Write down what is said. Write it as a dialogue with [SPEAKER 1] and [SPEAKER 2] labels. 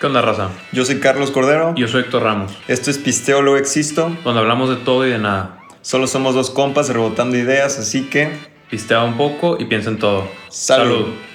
[SPEAKER 1] ¿Qué onda, raza?
[SPEAKER 2] Yo soy Carlos Cordero.
[SPEAKER 1] Yo soy Héctor Ramos,
[SPEAKER 2] Esto es Pisteo Lo Existo.
[SPEAKER 1] donde hablamos de todo y de nada.
[SPEAKER 2] Solo somos dos compas rebotando ideas, así que
[SPEAKER 1] Pistea un poco y piensa en todo.
[SPEAKER 2] Salud.